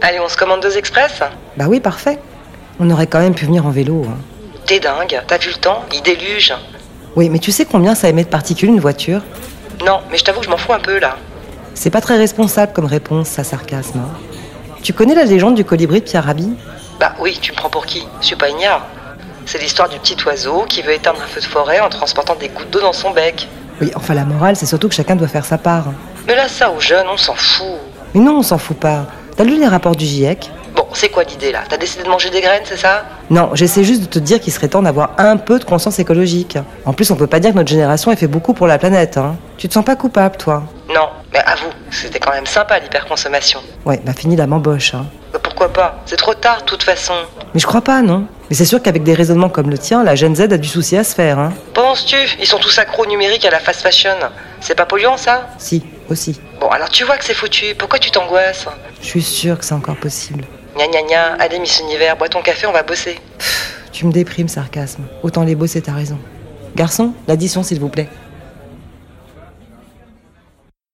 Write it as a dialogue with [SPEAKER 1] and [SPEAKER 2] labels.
[SPEAKER 1] Allez, on se commande deux express
[SPEAKER 2] Bah oui, parfait. On aurait quand même pu venir en vélo. hein.
[SPEAKER 1] T'es dingue, t'as vu le temps Il déluge.
[SPEAKER 2] Oui, mais tu sais combien ça émet de particules une voiture
[SPEAKER 1] Non, mais je t'avoue que je m'en fous un peu là.
[SPEAKER 2] C'est pas très responsable comme réponse, ça sarcasme. hein. Tu connais la légende du colibri de Pierre Rabhi
[SPEAKER 1] Bah oui, tu me prends pour qui Je suis pas ignare. C'est l'histoire du petit oiseau qui veut éteindre un feu de forêt en transportant des gouttes d'eau dans son bec.
[SPEAKER 2] Oui, enfin la morale, c'est surtout que chacun doit faire sa part.
[SPEAKER 1] Mais là, ça aux jeunes, on s'en fout.
[SPEAKER 2] Mais non, on s'en fout pas. T'as lu les rapports du E GIEC
[SPEAKER 1] Bon, c'est quoi l'idée là T'as décidé de manger des graines, c'est ça
[SPEAKER 2] Non, j'essaie juste de te dire qu'il serait temps d'avoir un peu de conscience écologique. En plus, on peut pas dire que notre génération ait fait beaucoup pour la planète. Hein. Tu te sens pas coupable, toi
[SPEAKER 1] Non, mais avoue, c'était quand même sympa l'hyperconsommation.
[SPEAKER 2] Ouais, bah fini la m'embauche. Hein.
[SPEAKER 1] Bah, pourquoi pas C'est trop tard, de toute façon.
[SPEAKER 2] Mais je crois pas, non Mais c'est sûr qu'avec des raisonnements comme le tien, la Gen Z a du souci à se faire. Hein.
[SPEAKER 1] Penses-tu Ils sont tous accros au numérique et à la fast fashion. C'est pas polluant ça
[SPEAKER 2] Si, aussi.
[SPEAKER 1] Bon, alors tu vois que c'est foutu. Pourquoi tu t'angoisses
[SPEAKER 2] Je suis sûre que c'est encore possible.
[SPEAKER 1] Gna gna gna, allez Miss Univers, bois ton café, on va bosser.
[SPEAKER 2] Tu me déprimes, sarcasme. Autant les bosser, t'as raison. Garçon, l'addition, s'il vous plaît.